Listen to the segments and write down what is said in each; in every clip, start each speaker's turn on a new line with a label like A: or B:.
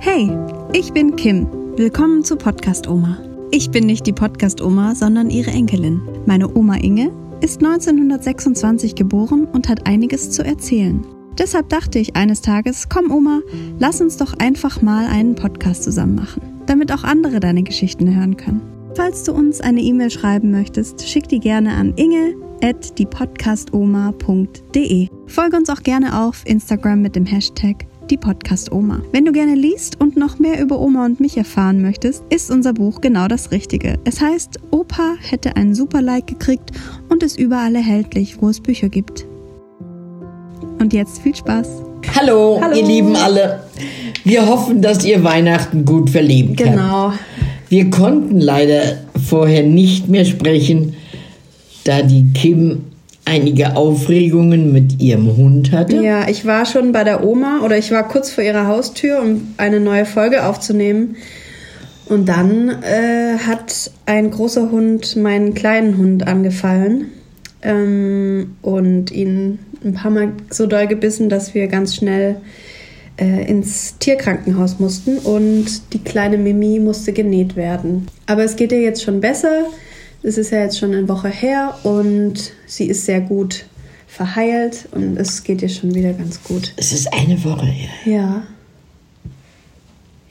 A: Hey, ich bin Kim. Willkommen zu Podcast Oma. Ich bin nicht die Podcast Oma, sondern ihre Enkelin. Meine Oma Inge ist 1926 geboren und hat einiges zu erzählen. Deshalb dachte ich eines Tages, komm Oma, lass uns doch einfach mal einen Podcast zusammen machen, damit auch andere deine Geschichten hören können. Falls du uns eine E-Mail schreiben möchtest, schick die gerne an inge at diepodcastoma.de. Folge uns auch gerne auf Instagram mit dem Hashtag die Podcast Oma. Wenn du gerne liest und noch mehr über Oma und mich erfahren möchtest, ist unser Buch genau das Richtige. Es heißt Opa hätte einen super Like gekriegt und ist überall erhältlich, wo es Bücher gibt. Und jetzt viel Spaß.
B: Hallo,
A: Hallo.
B: ihr Lieben alle. Wir hoffen, dass ihr Weihnachten gut verleben könnt.
A: Genau.
B: Wir konnten leider vorher nicht mehr sprechen, da die Kim einige Aufregungen mit ihrem Hund hatte.
A: Ja, ich war schon bei der Oma oder ich war kurz vor ihrer Haustür, um eine neue Folge aufzunehmen. Und dann äh, hat ein großer Hund meinen kleinen Hund angefallen ähm, und ihn ein paar Mal so doll gebissen, dass wir ganz schnell äh, ins Tierkrankenhaus mussten und die kleine Mimi musste genäht werden. Aber es geht ihr jetzt schon besser. Es ist ja jetzt schon eine Woche her und sie ist sehr gut verheilt und es geht ihr schon wieder ganz gut.
B: Es ist eine Woche her.
A: Ja.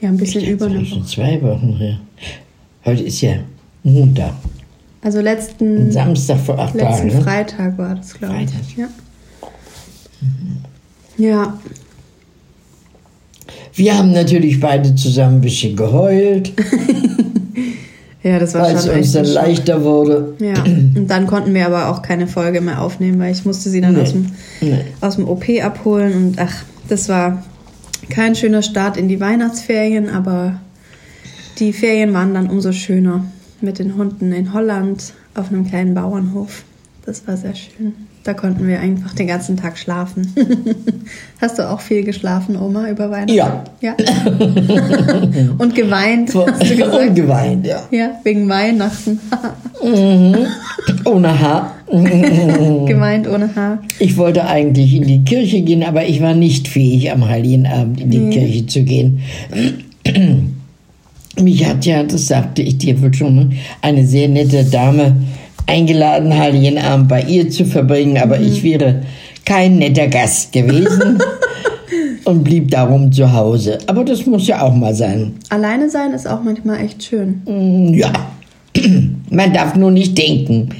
A: Ja, ein bisschen
B: Jetzt
A: über
B: war
A: eine
B: ich
A: Woche.
B: schon zwei Wochen her. Heute ist ja Montag.
A: Also letzten,
B: Samstag vor acht Tagen.
A: letzten
B: Ne?
A: Freitag war das, glaube ich.
B: Freitag.
A: Ja. ja,
B: Wir haben natürlich beide zusammen ein bisschen geheult,
A: ja, das war
B: weil es
A: schon
B: uns
A: echt
B: dann
A: ein Schock.
B: leichter wurde.
A: Ja, und dann konnten wir aber auch keine Folge mehr aufnehmen, weil ich musste sie dann
B: Nee.
A: aus, dem,
B: Nee.
A: aus dem OP abholen und ach, das war kein schöner Start in die Weihnachtsferien, aber die Ferien waren dann umso schöner mit den Hunden in Holland auf einem kleinen Bauernhof. Das war sehr schön. Da konnten wir einfach den ganzen Tag schlafen. Hast du auch viel geschlafen, Oma, über Weihnachten?
B: Ja.
A: Ja. und geweint, hast du
B: Und
A: gesagt?
B: geweint, ja.
A: Ja, wegen Weihnachten.
B: Ohne Haar. Oh.
A: Geweint ohne Haar.
B: Ich wollte eigentlich in die Kirche gehen, aber ich war nicht fähig, am Heiligen Abend in die Kirche zu gehen. Mich hat ja, das sagte ich dir wohl schon, ne, eine sehr nette Dame eingeladen, Heiligen Abend bei ihr zu verbringen, aber ich wäre kein netter Gast gewesen und blieb darum zu Hause. Aber das muss ja auch mal sein.
A: Alleine sein ist auch manchmal echt schön.
B: Mm, Ja, man darf nur nicht denken,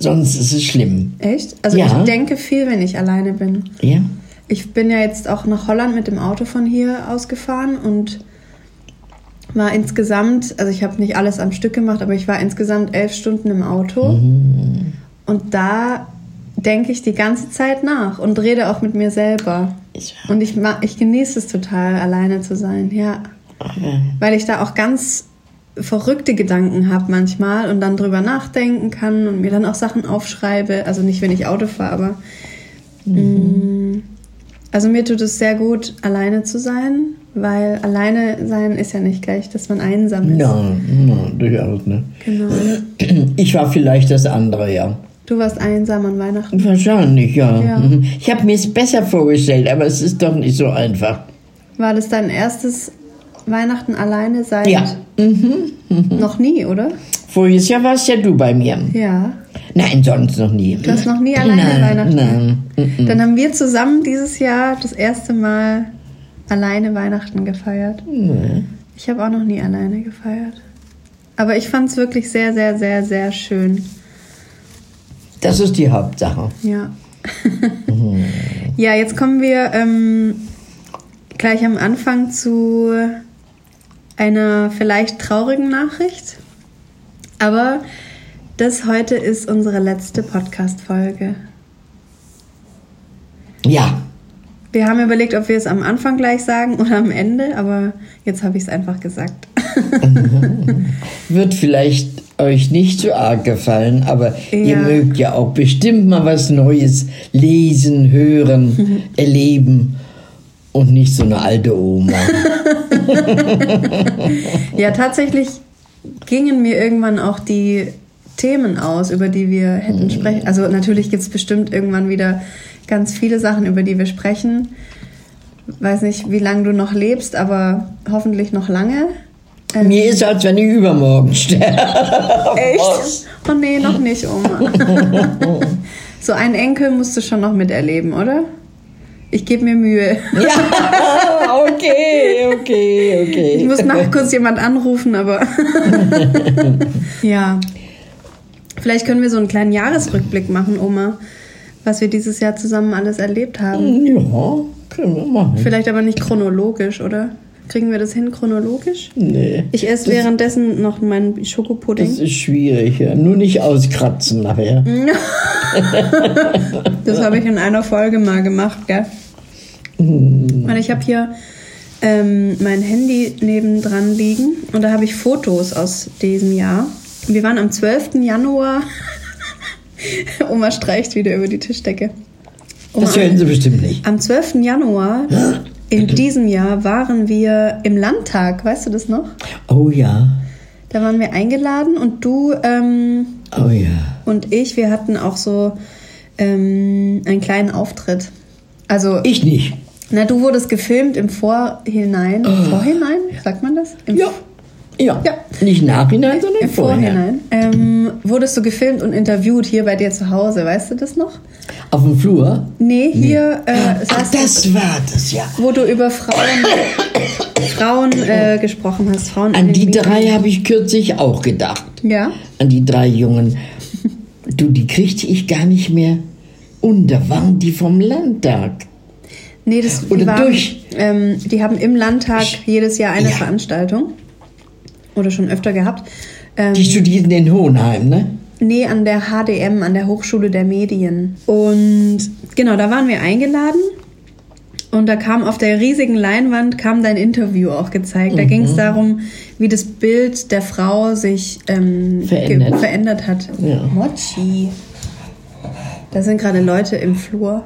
B: sonst ist es schlimm.
A: Echt? Also
B: Ja.
A: ich denke viel, wenn ich alleine bin.
B: Ja.
A: Ich bin ja jetzt auch nach Holland mit dem Auto von hier ausgefahren und war insgesamt, also ich habe nicht alles am Stück gemacht, aber ich war insgesamt elf Stunden im Auto. Und da denke ich die ganze Zeit nach und rede auch mit mir selber.
B: Ist wahr.
A: Und ich, ma- ich genieße es total, alleine zu sein, ja. Weil ich da auch ganz verrückte Gedanken habe manchmal und dann drüber nachdenken kann und mir dann auch Sachen aufschreibe. Also nicht, wenn ich Auto fahre, aber. Mm. Also mir tut es sehr gut, alleine zu sein, weil alleine sein ist ja nicht gleich, dass man einsam ist.
B: Nein, nein, durchaus nicht.
A: Genau.
B: Ich war vielleicht das andere, ja.
A: Du warst einsam an Weihnachten.
B: Wahrscheinlich, ja.
A: Ja.
B: Mhm. Ich habe mir es besser vorgestellt, aber es ist doch nicht so einfach.
A: War das dein erstes Weihnachten alleine seit
B: Ja.
A: noch nie, oder?
B: Voriges Jahr warst ja du bei mir.
A: Ja.
B: Nein, sonst noch nie.
A: Du hast noch nie alleine
B: Nein,
A: Weihnachten.
B: nein,
A: Dann haben wir zusammen dieses Jahr das erste Mal alleine Weihnachten gefeiert.
B: Mhm.
A: Ich habe auch noch nie alleine gefeiert. Aber ich fand es wirklich sehr, sehr, sehr, sehr schön.
B: Das ist die Hauptsache.
A: Ja. ja, jetzt kommen wir ähm, gleich am Anfang zu einer vielleicht traurigen Nachricht. Aber das heute ist unsere letzte Podcast-Folge.
B: Ja,
A: Wir haben überlegt, ob wir es am Anfang gleich sagen oder am Ende, aber jetzt habe ich es einfach gesagt.
B: wird vielleicht euch nicht so arg gefallen, aber ihr
A: Ja.
B: mögt ja auch bestimmt mal was Neues lesen, hören, erleben und nicht so eine alte Oma.
A: Ja, tatsächlich gingen mir irgendwann auch die Themen aus, über die wir hätten sprechen. Also natürlich gibt es bestimmt irgendwann wieder ganz viele Sachen, über die wir sprechen. weiß nicht, wie lange du noch lebst, aber hoffentlich noch lange.
B: Mir ist, als wenn ich übermorgen sterbe.
A: Echt? Oh nee, noch nicht, Oma. so einen Enkel musst du schon noch miterleben, oder? Ich gebe mir Mühe.
B: Ja, okay, okay, okay.
A: Ich muss nachher kurz jemand anrufen, aber. ja. Vielleicht können wir so einen kleinen Jahresrückblick machen, Oma, was wir dieses Jahr zusammen alles erlebt haben.
B: Ja, können wir machen.
A: Vielleicht aber nicht chronologisch, oder? Kriegen wir das hin chronologisch?
B: Nee.
A: Ich esse währenddessen noch meinen
B: Das
A: Schokopudding.
B: ist schwierig, ja. Nur nicht auskratzen nachher.
A: Mhm. Das habe ich in einer Folge mal gemacht, gell? Und ich habe hier ähm, mein Handy nebendran liegen und da habe ich Fotos aus diesem Jahr. Wir waren am 12. Januar. Oma streicht wieder über die Tischdecke. Oma,
B: Das hören sie bestimmt nicht.
A: am 12. Januar in diesem Jahr waren wir im Landtag, weißt du das noch?
B: Oh ja,
A: Da waren wir eingeladen und du ähm,
B: oh ja.
A: und ich, wir hatten auch so ähm, einen kleinen Auftritt. Also,
B: Ich nicht.
A: na, du wurdest gefilmt im Vorhinein. Im Vorhinein, sagt man das?
B: Oh.
A: Im
B: Ja, ja.
A: Ja.
B: Nicht nachhinein, sondern
A: Im
B: vorher.
A: Vorhinein ähm, wurdest du gefilmt und interviewt hier bei dir zu Hause, weißt du das noch?
B: Auf dem Flur.
A: Nee, hier äh,
B: Ah, Ach,
A: saß
B: das war das ja.
A: wo du über Frauen, Frauen äh, gesprochen hast. Frauen in
B: Oh. An
A: den
B: die
A: Medien.
B: drei habe ich kürzlich auch gedacht.
A: Ja.
B: An die drei Jungen. Du, die kriegte ich gar nicht mehr. Und da waren die vom Landtag.
A: Nee, das die
B: Oder
A: waren,
B: durch.
A: Ähm, die haben im Landtag jedes Jahr eine
B: Ja.
A: Veranstaltung. Oder schon öfter gehabt. Ähm,
B: Die studierten in Hohenheim, ne?
A: Nee, an der HDM, an der Hochschule der Medien. Und genau, da waren wir eingeladen. Und da kam auf der riesigen Leinwand kam dein Interview auch gezeigt. Da
B: Mhm.
A: ging es darum, wie das Bild der Frau sich ähm, ge-
B: Verändert.
A: verändert hat.
B: Ja.
A: Mochi. Da sind gerade Leute im Flur.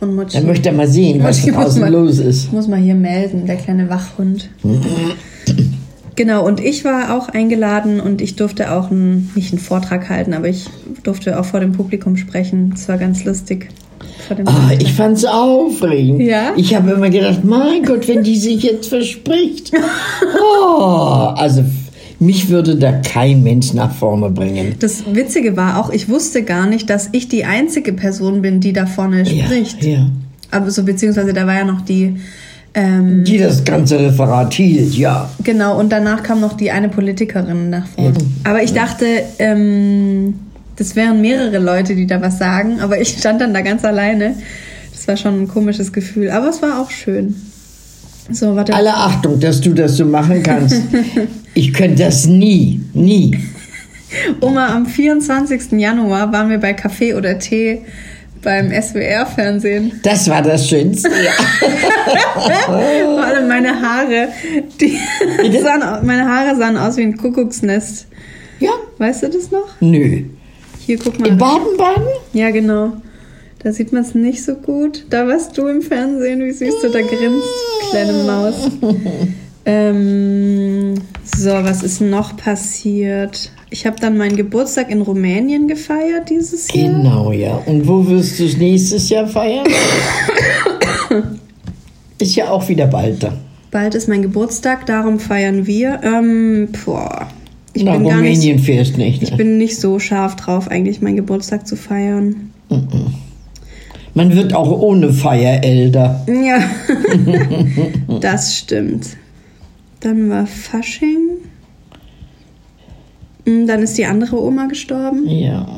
A: Und Mochi.
B: Da möchte er mal sehen, was
A: Mochi muss
B: draußen
A: mal-
B: los ist.
A: Muss mal hier melden, der kleine Wachhund. Genau, und ich war auch eingeladen und ich durfte auch einen, nicht einen Vortrag halten, aber ich durfte auch vor dem Publikum sprechen. Es war ganz lustig. Vor dem
B: Ah, ich fand's aufregend.
A: Ja?
B: Ich habe immer gedacht, mein Gott, wenn die sich jetzt verspricht. Oh, also mich würde da kein Mensch nach vorne bringen.
A: das Witzige war auch, ich wusste gar nicht, dass ich die einzige Person bin, die da vorne spricht.
B: Ja, ja.
A: Aber so, beziehungsweise da war ja noch die, ähm,
B: Die das ganze Referat hielt, ja.
A: genau, und danach kam noch die eine Politikerin nach vorne. Aber ich dachte, ähm, das wären mehrere Leute, die da was sagen, aber ich stand dann da ganz alleine. Das war schon ein komisches Gefühl, aber es war auch schön. So, warte.
B: Alle Achtung, dass du das so machen kannst. ich könnte das nie, nie.
A: Oma, am 24. Januar waren wir bei Kaffee oder Tee beim SWR-Fernsehen.
B: Das war das Schönste.
A: Vor allem meine Haare, die sahen, au- meine Haare sahen aus wie ein Kuckucksnest.
B: ja?
A: Weißt du das noch?
B: Nö.
A: Hier, guck
B: In
A: mal.
B: Baden-Baden?
A: Ja, genau. Da sieht man es nicht so gut. Da warst du im Fernsehen, wie süß du da grinst, kleine Maus. Ähm, so, was ist noch passiert? Ich habe dann meinen Geburtstag in Rumänien gefeiert dieses Jahr.
B: Genau, ja. Und wo wirst du es nächstes Jahr feiern? ist ja auch wieder bald dann.
A: Bald ist mein Geburtstag, darum feiern wir. Ähm, boah. Ich
B: Nach
A: bin gar nicht,
B: Rumänien fährst nicht.
A: ich
B: Ne?
A: bin nicht so scharf drauf, eigentlich meinen Geburtstag zu feiern.
B: Man wird auch ohne Feier älter.
A: Ja, das stimmt. Dann war Fasching. Mm, Dann ist die andere Oma gestorben.
B: Ja,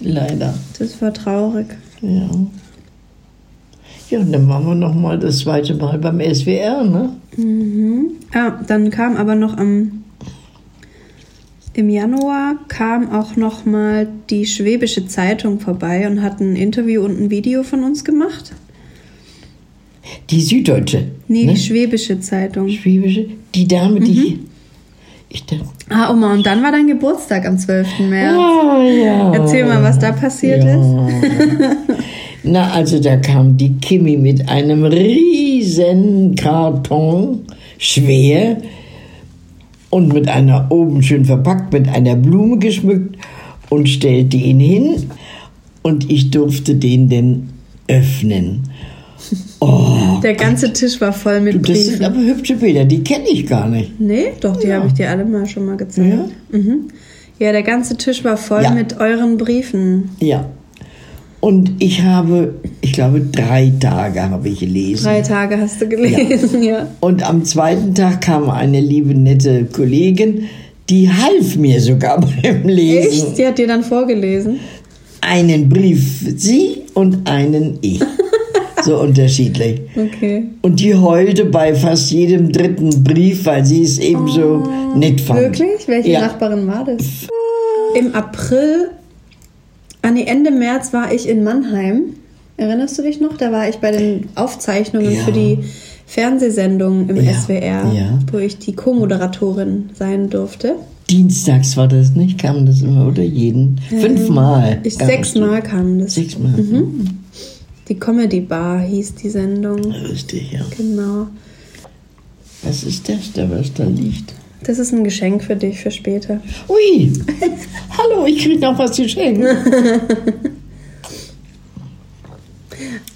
B: leider.
A: Das war traurig.
B: Ja. Ja, und dann waren wir noch mal das zweite Mal beim SWR, ne?
A: Ja, Hm? Ah, dann kam aber noch am im Januar kam auch noch mal die Schwäbische Zeitung vorbei und hat ein Interview und ein Video von uns gemacht.
B: Die Süddeutsche.
A: Nee,
B: ne?
A: die Schwäbische Zeitung.
B: Schwäbische. Die Dame, die. Ich dachte,
A: Ah, Oma, und dann war dein Geburtstag am 12. März.
B: ah, ja.
A: Erzähl mal, was da passiert ist.
B: Na, also da kam die Kimi mit einem riesen Karton, schwer und mit einer oben schön verpackt, mit einer Blume geschmückt und stellte ihn hin und ich durfte den denn öffnen.
A: Der ganze Tisch war voll mit
B: Das sind
A: Briefen.
B: aber hübsche Bilder, die kenne ich gar nicht.
A: Nee, doch, die habe ich dir alle mal schon mal gezeigt. Ja, mhm. ja der ganze Tisch war voll
B: Ja.
A: mit euren Briefen.
B: Ja. Und ich habe, ich glaube, drei Tage habe ich gelesen.
A: Drei Tage hast du gelesen, ja.
B: Und am zweiten Tag kam eine liebe, nette Kollegin, die half mir sogar beim Lesen.
A: Echt? Die hat dir dann vorgelesen.
B: Einen Brief sie und einen ich. So unterschiedlich.
A: Okay.
B: Und die heulte bei fast jedem dritten Brief, weil sie es eben so nett fand.
A: Oh, Wirklich? Welche
B: ja.
A: Nachbarin war das? Im April, an die Ende März war ich in Mannheim. Erinnerst du dich noch? Da war ich bei den Aufzeichnungen
B: Ja.
A: für die Fernsehsendung im
B: Ja.
A: SWR,
B: Ja.
A: wo ich die Co-Moderatorin sein durfte.
B: Dienstags war das, nicht? Kam das immer, oder? Jeden? Fünfmal.
A: Ich Mhm.
B: kam es.
A: sechsmal kam das.
B: Sechsmal.
A: Die Comedy Bar hieß die Sendung.
B: Richtig, ja.
A: Genau.
B: Was ist das da, was da liegt?
A: Das ist ein Geschenk für dich für später.
B: Ui! Hallo, ich krieg noch was geschenkt.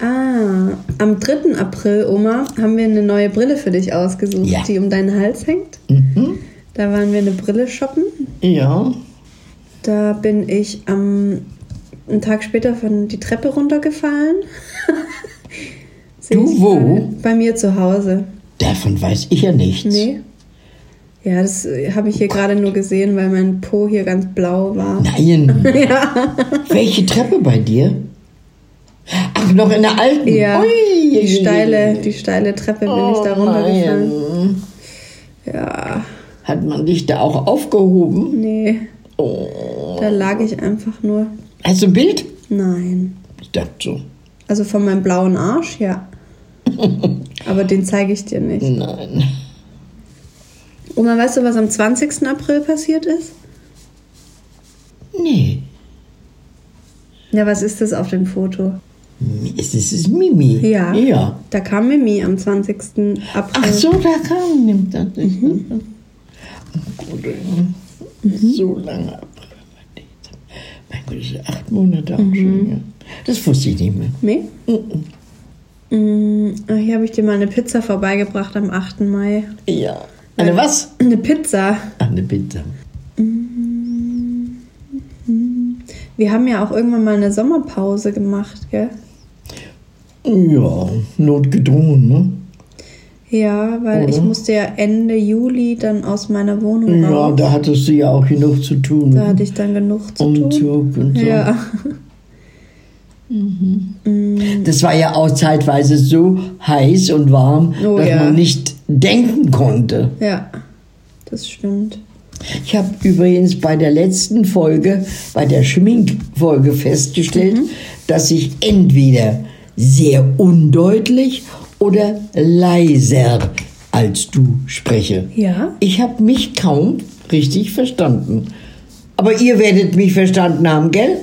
A: Ah, am 3. April, Oma, haben wir eine neue Brille für dich ausgesucht,
B: Ja. Mhm.
A: die um deinen Hals hängt. Da waren wir eine Brille shoppen.
B: Ja.
A: Da bin ich am einen Tag später von die Treppe runtergefallen. Seh
B: Du
A: ich
B: wo?
A: gerade. Bei mir zu Hause.
B: Davon weiß ich ja nichts.
A: Nee. Ja, das äh, habe ich hier gerade nur gesehen, weil mein Po hier ganz blau war.
B: Nein. Welche Treppe bei dir? Ach, noch in der alten.
A: Ja,
B: Ui, Oh,
A: die steile, die steile Treppe bin ich da runtergefallen.
B: Nein.
A: Ja,
B: Hat man dich da auch aufgehoben?
A: nee,
B: Oh.
A: da lag ich einfach nur.
B: Hast du ein Bild?
A: Nein.
B: Ich dachte so.
A: Also von meinem blauen Arsch, ja. Aber den zeige ich dir nicht.
B: Nein.
A: Oma, weißt du, was am 20. April passiert ist?
B: Nee.
A: Ja, was ist das auf dem Foto?
B: Es ist, es ist Mimi.
A: Ja.
B: Ja.
A: Da kam Mimi am 20. April.
B: Ach so, da kam nimmt das.
A: Mhm.
B: Gut, so lange April. Mein Gott, das sind acht Monate auch
A: Mhm.
B: schon. Ja. Das wusste ich nicht mehr.
A: Nee?
B: Mhm.
A: Mm, ah, Hier habe ich dir mal eine Pizza vorbeigebracht am 8. Mai.
B: Ja. Eine was?
A: Eine Pizza.
B: Eine Bitte.
A: Wir haben ja auch irgendwann mal eine Sommerpause gemacht, gell?
B: Ja, notgedrungen, ne?
A: Ja, weil ich musste ja Ende Juli dann aus meiner Wohnung
B: Mhm. Ja,
A: raus.
B: da hattest du ja auch genug zu tun.
A: Da hatte ich dann genug zu tun.
B: Umzug und um so.
A: Ja.
B: Das war ja auch zeitweise so heiß und warm,
A: Oh
B: dass
A: ja.
B: man nicht denken konnte.
A: ja, das stimmt.
B: Ich habe übrigens bei der letzten Folge, bei der Schminkfolge festgestellt,
A: Mhm.
B: dass ich entweder sehr undeutlich oder leiser als du spreche.
A: Ja?
B: Ich habe mich kaum richtig verstanden. Aber ihr werdet mich verstanden haben, gell?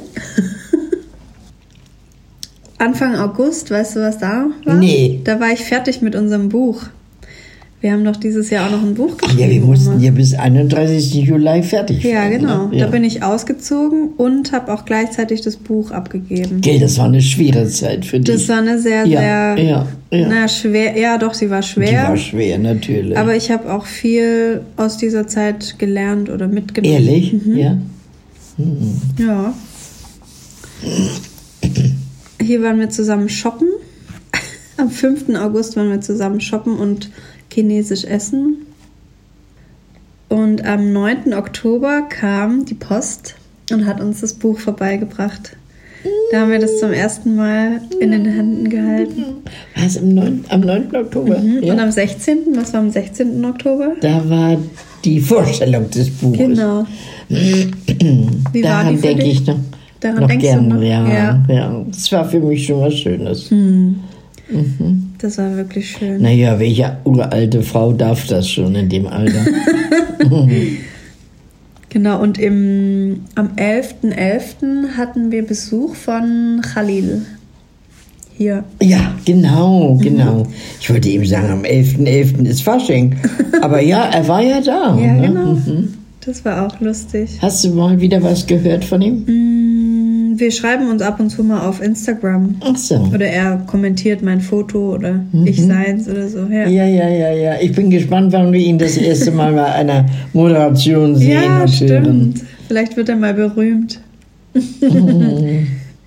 A: Anfang August, weißt du, was da war?
B: Nee.
A: Da war ich fertig mit unserem Buch. Wir haben doch dieses Jahr auch noch ein Buch
B: Ach
A: geschrieben.
B: ja, wir
A: Oma.
B: mussten ja bis 31. Juli fertig
A: ja,
B: werden,
A: genau.
B: Ne?
A: Da bin ich ausgezogen und habe auch gleichzeitig das Buch abgegeben.
B: Gell, das war eine schwere Zeit für dich.
A: Das war eine sehr,
B: Ja,
A: sehr.
B: ja, ja.
A: Na, schwer. Ja, doch, sie war schwer.
B: Die war schwer, natürlich.
A: Aber ich habe auch viel aus dieser Zeit gelernt oder mitgenommen.
B: Ehrlich?
A: Mhm.
B: Ja.
A: Ja. Hier waren wir zusammen shoppen. Am 5. August waren wir zusammen shoppen und chinesisch essen. Und am 9. Oktober kam die Post und hat uns das Buch vorbeigebracht. Da haben wir das zum ersten Mal in den Händen gehalten. Hm?
B: Was, am 9. Am 9. Oktober? Ja.
A: Mhm. Und am 16., was war am 16. Oktober?
B: Da war die Vorstellung des Buches.
A: Genau. Wie war die
B: Daran
A: für
B: denke
A: dich?
B: ich noch,
A: Daran
B: noch
A: denkst du
B: gern.
A: noch?
B: Ja,
A: Ja. Hm.
B: ja. Das war für mich schon was Schönes.
A: Das war wirklich schön.
B: Naja, welche uralte Frau darf das schon in dem Alter?
A: Genau, und im, am 11.11. hatten wir Besuch von Khalil. Hier.
B: ja, genau,
A: Mhm.
B: genau. Ich wollte eben sagen, am 11.11. ist Fasching. Aber ja, er war ja da.
A: Ja,
B: ne?
A: genau. Das war auch lustig. Mhm.
B: Hast du mal wieder was gehört von ihm?
A: Mm, wir schreiben uns ab und zu mal auf Instagram.
B: Ach so.
A: Oder er kommentiert mein Foto oder ich seins oder so. Ja,
B: Mhm. Ja, ja, ja, ja. Ich bin gespannt, wann wir ihn das erste Mal bei einer Moderation sehen
A: ja
B: und hören. Oh.
A: stimmt. Vielleicht wird er mal berühmt.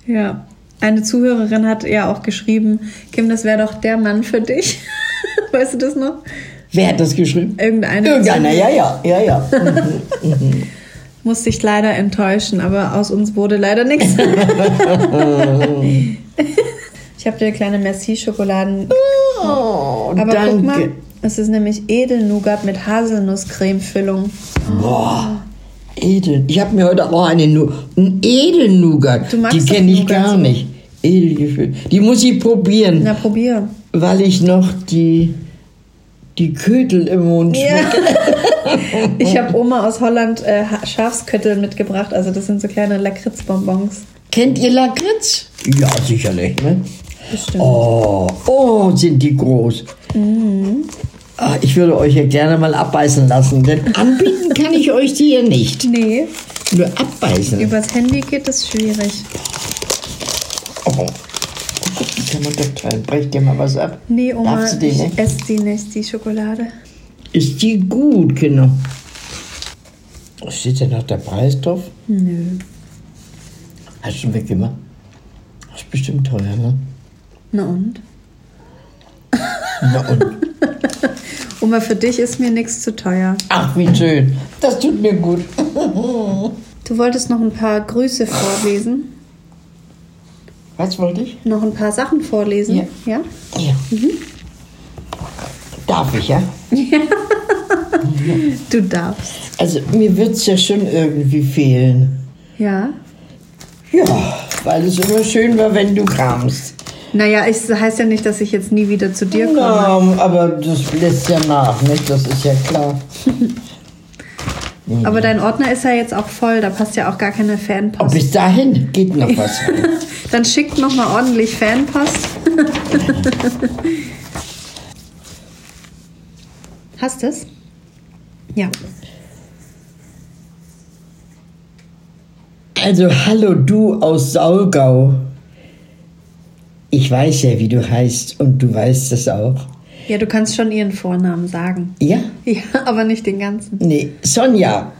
A: ja. Eine Zuhörerin hat ja auch geschrieben, Kim, das wäre doch der Mann für dich. weißt du das noch?
B: Wer hat das geschrieben?
A: Irgendeine
B: Irgendeiner, ja, ja, ja, ja.
A: musste ich leider enttäuschen, aber aus uns wurde leider nichts. Ich habe dir kleine Merci-Schokoladen.
B: Oh,
A: Aber
B: danke.
A: guck mal, es ist nämlich Edelnougat mit Haselnuss-Creme-Füllung.
B: Boah, edel. Ich habe mir heute auch eine Nu- einen Edel-Nougat.
A: Du magst
B: Die
A: doch
B: kenne ich
A: Nougat
B: gar
A: so.
B: nicht. Edelgefühl. Die muss ich probieren,
A: Na, probier.
B: weil ich noch die, die Ködel im Mund
A: Ja.
B: schmecke.
A: Ich habe Oma aus Holland äh, Ha- Schafsköttel mitgebracht. Also, das sind so kleine Lakritzbonbons.
B: Kennt ihr Lakritz? Ja, sicherlich. Ne?
A: Bestimmt.
B: Oh, oh, sind die groß. Ah, ich würde euch ja gerne mal abbeißen lassen, denn anbieten kann ich euch die ja nicht.
A: Nee,
B: Nur abbeißen.
A: übers Handy geht das schwierig.
B: Oh. Guck, die kann man doch teilen. Brech dir mal was ab.
A: Nee, Oma,
B: Darfst du den, ne?
A: ich esse die nicht, die Schokolade.
B: Ist die gut, genau. Steht da noch der Preis drauf?
A: Nö.
B: Hast du schon weggemacht? Das ist bestimmt teuer, ne?
A: Na und?
B: Na und?
A: Oma, für dich ist mir nichts zu teuer.
B: Ach, wie schön. Das tut mir gut.
A: Du wolltest noch ein paar Grüße vorlesen.
B: Was wollte ich?
A: noch ein paar Sachen vorlesen.
B: Ja.
A: ja?
B: Ja. Darf ich, ja?
A: Du darfst.
B: Also, mir wird es ja schon irgendwie fehlen.
A: Ja.
B: Ja, weil es immer schön war, wenn du kramst.
A: Naja, es heißt ja nicht, dass ich jetzt nie wieder zu dir komme.
B: Na, aber das lässt ja nach, nicht? Das ist ja klar.
A: Aber dein Ordner ist ja jetzt auch voll, da passt ja auch gar keine
B: Aber
A: Fanpost.
B: bis dahin geht noch was.
A: Dann schickt nochmal ordentlich Fanpost. Hast es? Ja.
B: Also, hallo du aus Saulgau. Ich weiß ja, wie du heißt und du weißt das auch.
A: Ja, du kannst schon ihren Vornamen sagen.
B: Ja?
A: Ja, aber nicht den ganzen.
B: Nee, Sonja.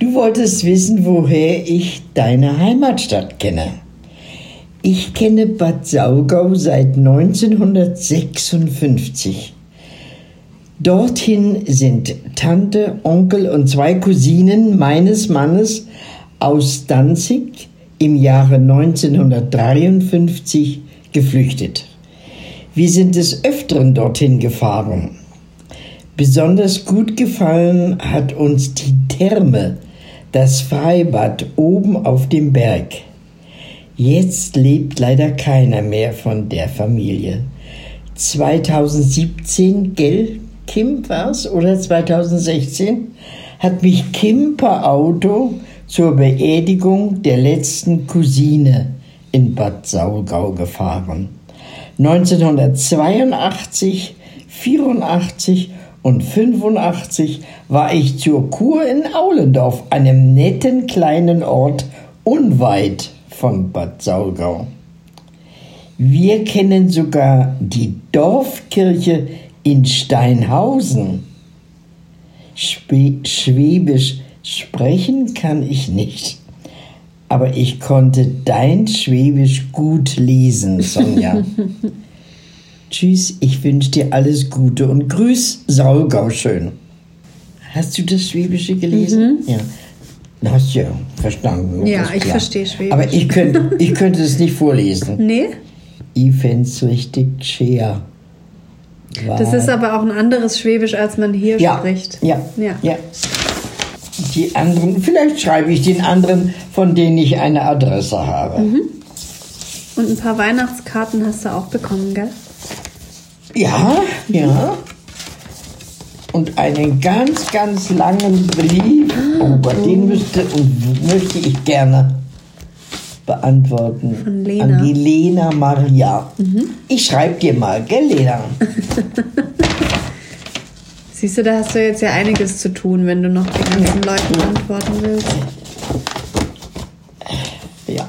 B: Du wolltest wissen, woher ich deine Heimatstadt kenne. Ich kenne Bad Saugau seit 1956. Dorthin sind Tante, Onkel und zwei Cousinen meines Mannes aus Danzig im Jahre 1953 geflüchtet. Wir sind des Öfteren dorthin gefahren. Besonders gut gefallen hat uns die Therme, das Freibad oben auf dem Berg. Jetzt lebt leider keiner mehr von der Familie. 2017, gell, Kim war's, oder 2016, hat mich Kim per Auto zur Beerdigung der letzten Cousine in Bad Saulgau gefahren. 1982, 84 und 85 war ich zur Kur in Aulendorf, einem netten kleinen Ort unweit von Bad Saulgau. Wir kennen sogar die Dorfkirche in Steinhausen. Spe Schwäbisch sprechen kann ich nicht. Aber ich konnte dein Schwäbisch gut lesen, Sonja. Tschüss, ich wünsche dir alles Gute und grüß Saulgau schön. Hast du das Schwäbische gelesen? Ja. Na, Hast du ja verstanden.
A: Mhm. Ja,
B: Das ist
A: ich
B: klar.
A: verstehe Schwäbisch.
B: Aber ich könnte, ich könnte es nicht vorlesen.
A: Nee?
B: Ich fände es richtig schwer.
A: Das ist aber auch ein anderes Schwäbisch, als man hier
B: ja,
A: spricht.
B: Ja,
A: ja.
B: ja. Die anderen, vielleicht schreibe ich den anderen, von denen ich eine Adresse habe.
A: Mhm. Und ein paar Weihnachtskarten hast du auch bekommen, gell?
B: Ja, ja. Und einen ganz, ganz langen Brief. Oh
A: Ah.
B: Gott, den müsste und möchte ich gerne beantworten.
A: Von Lena. Mhm.
B: An die Lena Maria. Ich schreibe dir mal, gell, Lena?
A: Siehst du, da hast du jetzt ja einiges zu tun, wenn du noch den ganzen Leuten antworten willst.
B: Ja.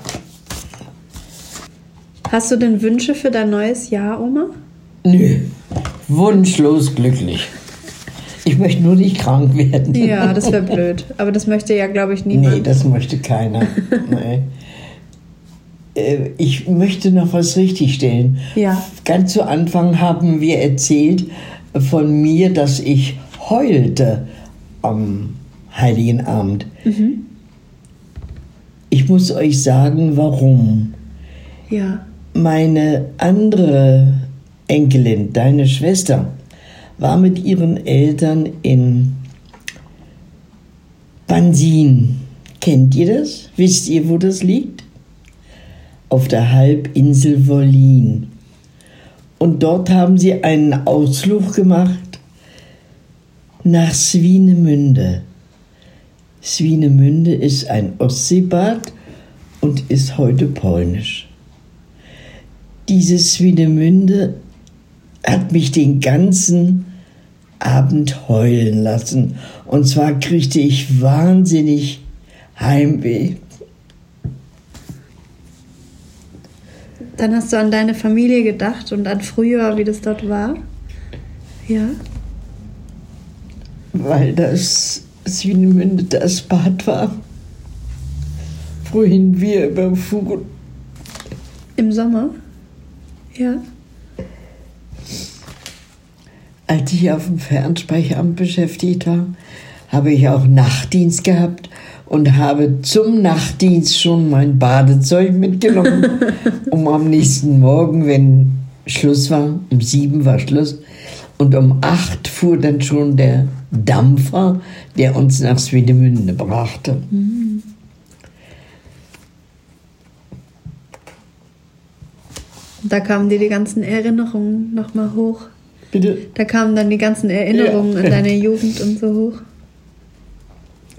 A: Hast du denn Wünsche für dein neues Jahr, Oma?
B: Nö. Wunschlos glücklich. Ich möchte nur nicht krank werden.
A: Ja, das wäre blöd. Aber das möchte ja, glaube ich, niemand.
B: Nee, das möchte keiner. nee. Äh, Ich möchte noch was richtigstellen.
A: Ja.
B: Ganz zu Anfang haben wir erzählt von mir, dass ich heulte am Heiligen Abend.
A: Mhm.
B: Ich muss euch sagen, warum.
A: ja.
B: Meine andere Enkelin, deine Schwester, war mit ihren Eltern in Bansin. Kennt ihr das? Wisst ihr, wo das liegt? Auf der Halbinsel Wollin. Und dort haben sie einen Ausflug gemacht nach Swinemünde. Swinemünde ist ein Ostseebad und ist heute polnisch dieses Swinemünde hat mich den ganzen Abend heulen lassen. Und zwar kriegte ich wahnsinnig Heimweh.
A: Dann hast du an deine Familie gedacht und an früher, wie das dort war. Ja.
B: weil das Swinemünde das Bad war, wohin wir überfuhren.
A: Im Sommer. Ja.
B: Als ich auf dem Fernspeicheramt beschäftigt war, habe ich auch Nachtdienst gehabt und habe zum Nachtdienst schon mein Badezeug mitgenommen, um am nächsten Morgen, wenn Schluss war, um sieben war Schluss, und um acht fuhr dann schon der Dampfer, der uns nach Swedemünde brachte.
A: Und da kamen dir die ganzen Erinnerungen nochmal hoch.
B: Bitte?
A: Da kamen dann die ganzen Erinnerungen
B: Ja.
A: an deine Jugend und so hoch.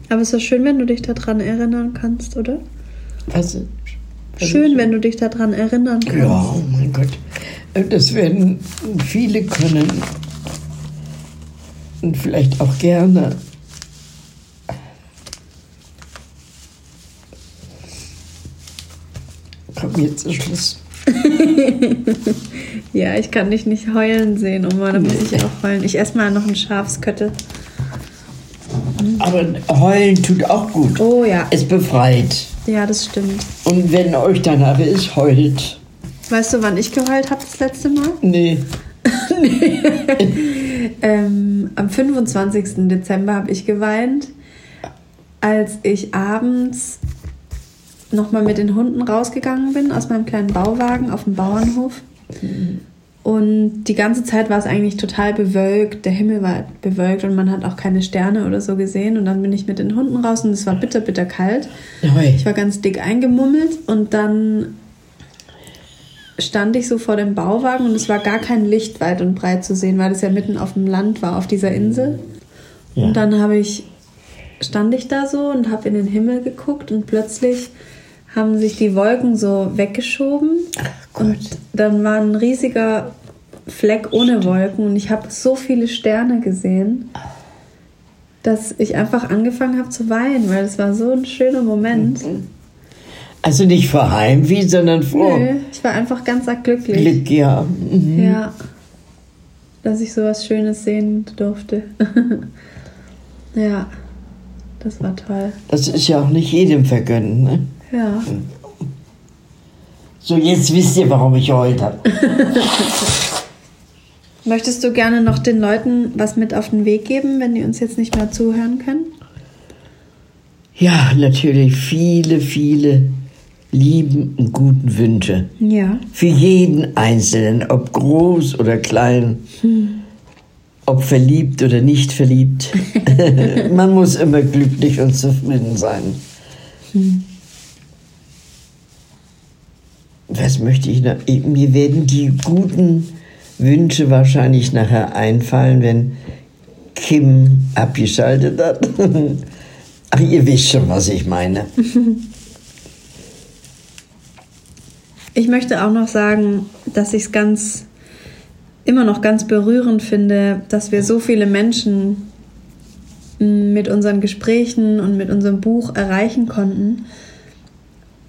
A: Aber es ist doch schön, wenn du dich daran erinnern kannst, oder?
B: Was?
A: Schön, wenn du dich daran erinnern kannst.
B: Also Ja, oh mein Gott. Äh, Das werden viele können. Und vielleicht auch gerne. Komm jetzt zum Schluss.
A: Ja, ich kann dich nicht heulen sehen, Oma, da muss ich auch heulen. Ich esse mal noch einen Schafsköttel.
B: Aber heulen tut auch gut.
A: Oh ja.
B: Es befreit.
A: Ja, das stimmt.
B: Und wenn euch danach ist, heult.
A: Weißt du, wann ich geheult habe das letzte Mal?
B: Nee.
A: Ähm, am 25. Dezember habe ich geweint, als ich abends nochmal mit den Hunden rausgegangen bin aus meinem kleinen Bauwagen auf dem Bauernhof. Und die ganze Zeit war es eigentlich total bewölkt. Der Himmel war bewölkt und man hat auch keine Sterne oder so gesehen. Und dann bin ich mit den Hunden raus und es war bitter, bitter kalt.
B: Heu.
A: Ich war ganz dick eingemummelt und dann stand ich so vor dem Bauwagen und es war gar kein Licht weit und breit zu sehen, weil das ja mitten auf dem Land war, auf dieser Insel.
B: Ja.
A: Und dann habe ich stand ich da so und habe in den Himmel geguckt und plötzlich haben sich die Wolken so weggeschoben und dann war ein riesiger Fleck ohne Wolken und ich habe so viele Sterne gesehen, dass ich einfach angefangen habe zu weinen, weil es war so ein schöner Moment.
B: Also nicht vor Heimweh, sondern vor
A: Nö, ich war einfach ganz arg glücklich.
B: Glück, ja. Mhm.
A: Ja. Dass ich sowas Schönes sehen durfte. ja. Das war toll.
B: Das ist ja auch nicht jedem vergönnt, ne?
A: Ja.
B: So, jetzt wisst ihr, warum ich geheult habe.
A: Möchtest du gerne noch den Leuten was mit auf den Weg geben, wenn die uns jetzt nicht mehr zuhören können?
B: Ja, natürlich viele, viele lieben und guten Wünsche.
A: Ja.
B: Für jeden Einzelnen, ob groß oder klein, ob verliebt oder nicht verliebt. Man muss immer glücklich und zufrieden sein. Was möchte ich noch? Ich- Mir werden die guten Wünsche wahrscheinlich nachher einfallen, wenn Kim abgeschaltet hat. Ach, ihr wisst schon, was ich meine.
A: Ich möchte auch noch sagen, dass ich es ganz immer noch ganz berührend finde, dass wir so viele Menschen mm, m, mit unseren Gesprächen und mit unserem Buch erreichen konnten.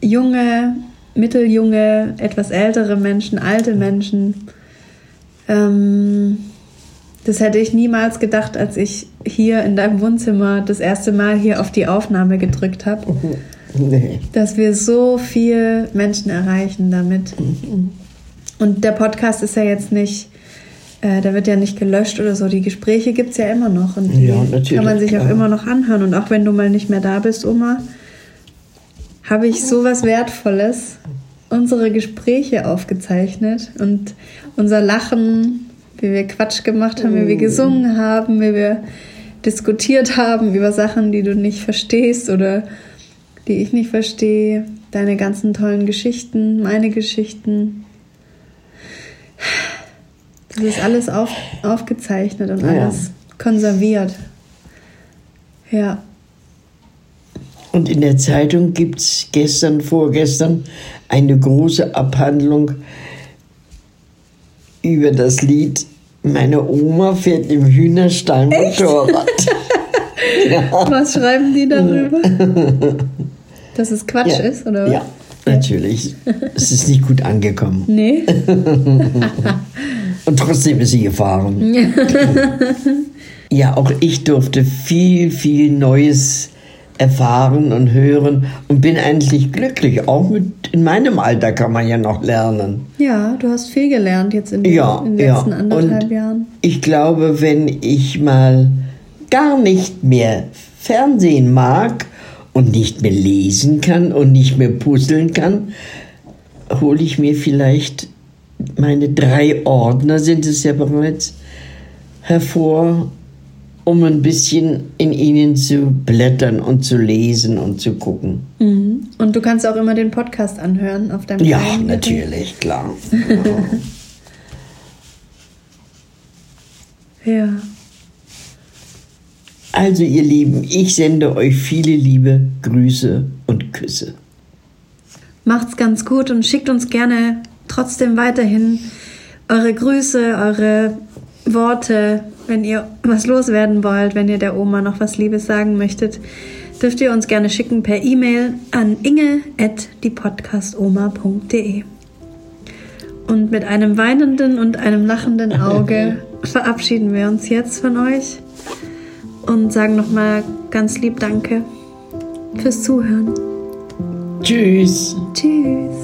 A: junge, mitteljunge, etwas ältere Menschen, alte Menschen. Ähm, das hätte ich niemals gedacht, als ich hier in deinem Wohnzimmer das erste Mal hier auf die Aufnahme gedrückt habe,
B: Nee.
A: dass wir so viel Menschen erreichen damit. Und der Podcast ist ja jetzt nicht, äh, der wird ja nicht gelöscht oder so. Die Gespräche gibt es ja immer noch und die
B: Ja, natürlich,
A: kann man sich auch
B: klar.
A: immer noch anhören. Und auch wenn du mal nicht mehr da bist, Oma, habe ich sowas Wertvolles, unsere Gespräche aufgezeichnet und unser Lachen, wie wir Quatsch gemacht haben, wie wir gesungen haben, wie wir diskutiert haben über Sachen, die du nicht verstehst oder die ich nicht verstehe, deine ganzen tollen Geschichten, meine Geschichten. Das ist alles auf, aufgezeichnet und
B: Ja.
A: alles konserviert. Ja.
B: Und in der Zeitung gibt es gestern, vorgestern eine große Abhandlung über das Lied Meine Oma fährt im Hühnerstall Motorrad.
A: Was schreiben die darüber? Dass es Quatsch
B: ja.
A: ist, oder? was?
B: ja, natürlich. Es ist nicht gut angekommen.
A: Nee.
B: Und trotzdem ist sie gefahren. ja, auch ich durfte viel, viel Neues erfahren und hören und bin eigentlich glücklich. Auch mit, in meinem Alter kann man ja noch lernen.
A: Ja, du hast viel gelernt jetzt in, den-
B: Ja,
A: in den
B: ja.
A: letzten anderthalb
B: und
A: Jahren.
B: Ich glaube, wenn ich mal gar nicht mehr Fernsehen mag und nicht mehr lesen kann und nicht mehr puzzeln kann, hole ich mir vielleicht meine drei Ordner, sind es ja bereits, hervor, um ein bisschen in ihnen zu blättern und zu lesen und zu gucken.
A: Mhm. Und du kannst auch immer den Podcast anhören auf deinem
B: Ja,
A: kleinen Gerät.
B: natürlich, klar.
A: Ja.
B: Also ihr Lieben, ich sende euch viele liebe Grüße und Küsse.
A: Macht's ganz gut und schickt uns gerne trotzdem weiterhin eure Grüße, eure Worte, wenn ihr was loswerden wollt, wenn ihr der Oma noch was Liebes sagen möchtet, dürft ihr uns gerne schicken per E-Mail an inge@diepodcastoma.de. Und mit einem weinenden und einem lachenden Auge verabschieden wir uns jetzt von euch und sagen nochmal ganz lieb Danke fürs Zuhören.
B: Tschüss.
A: Tschüss.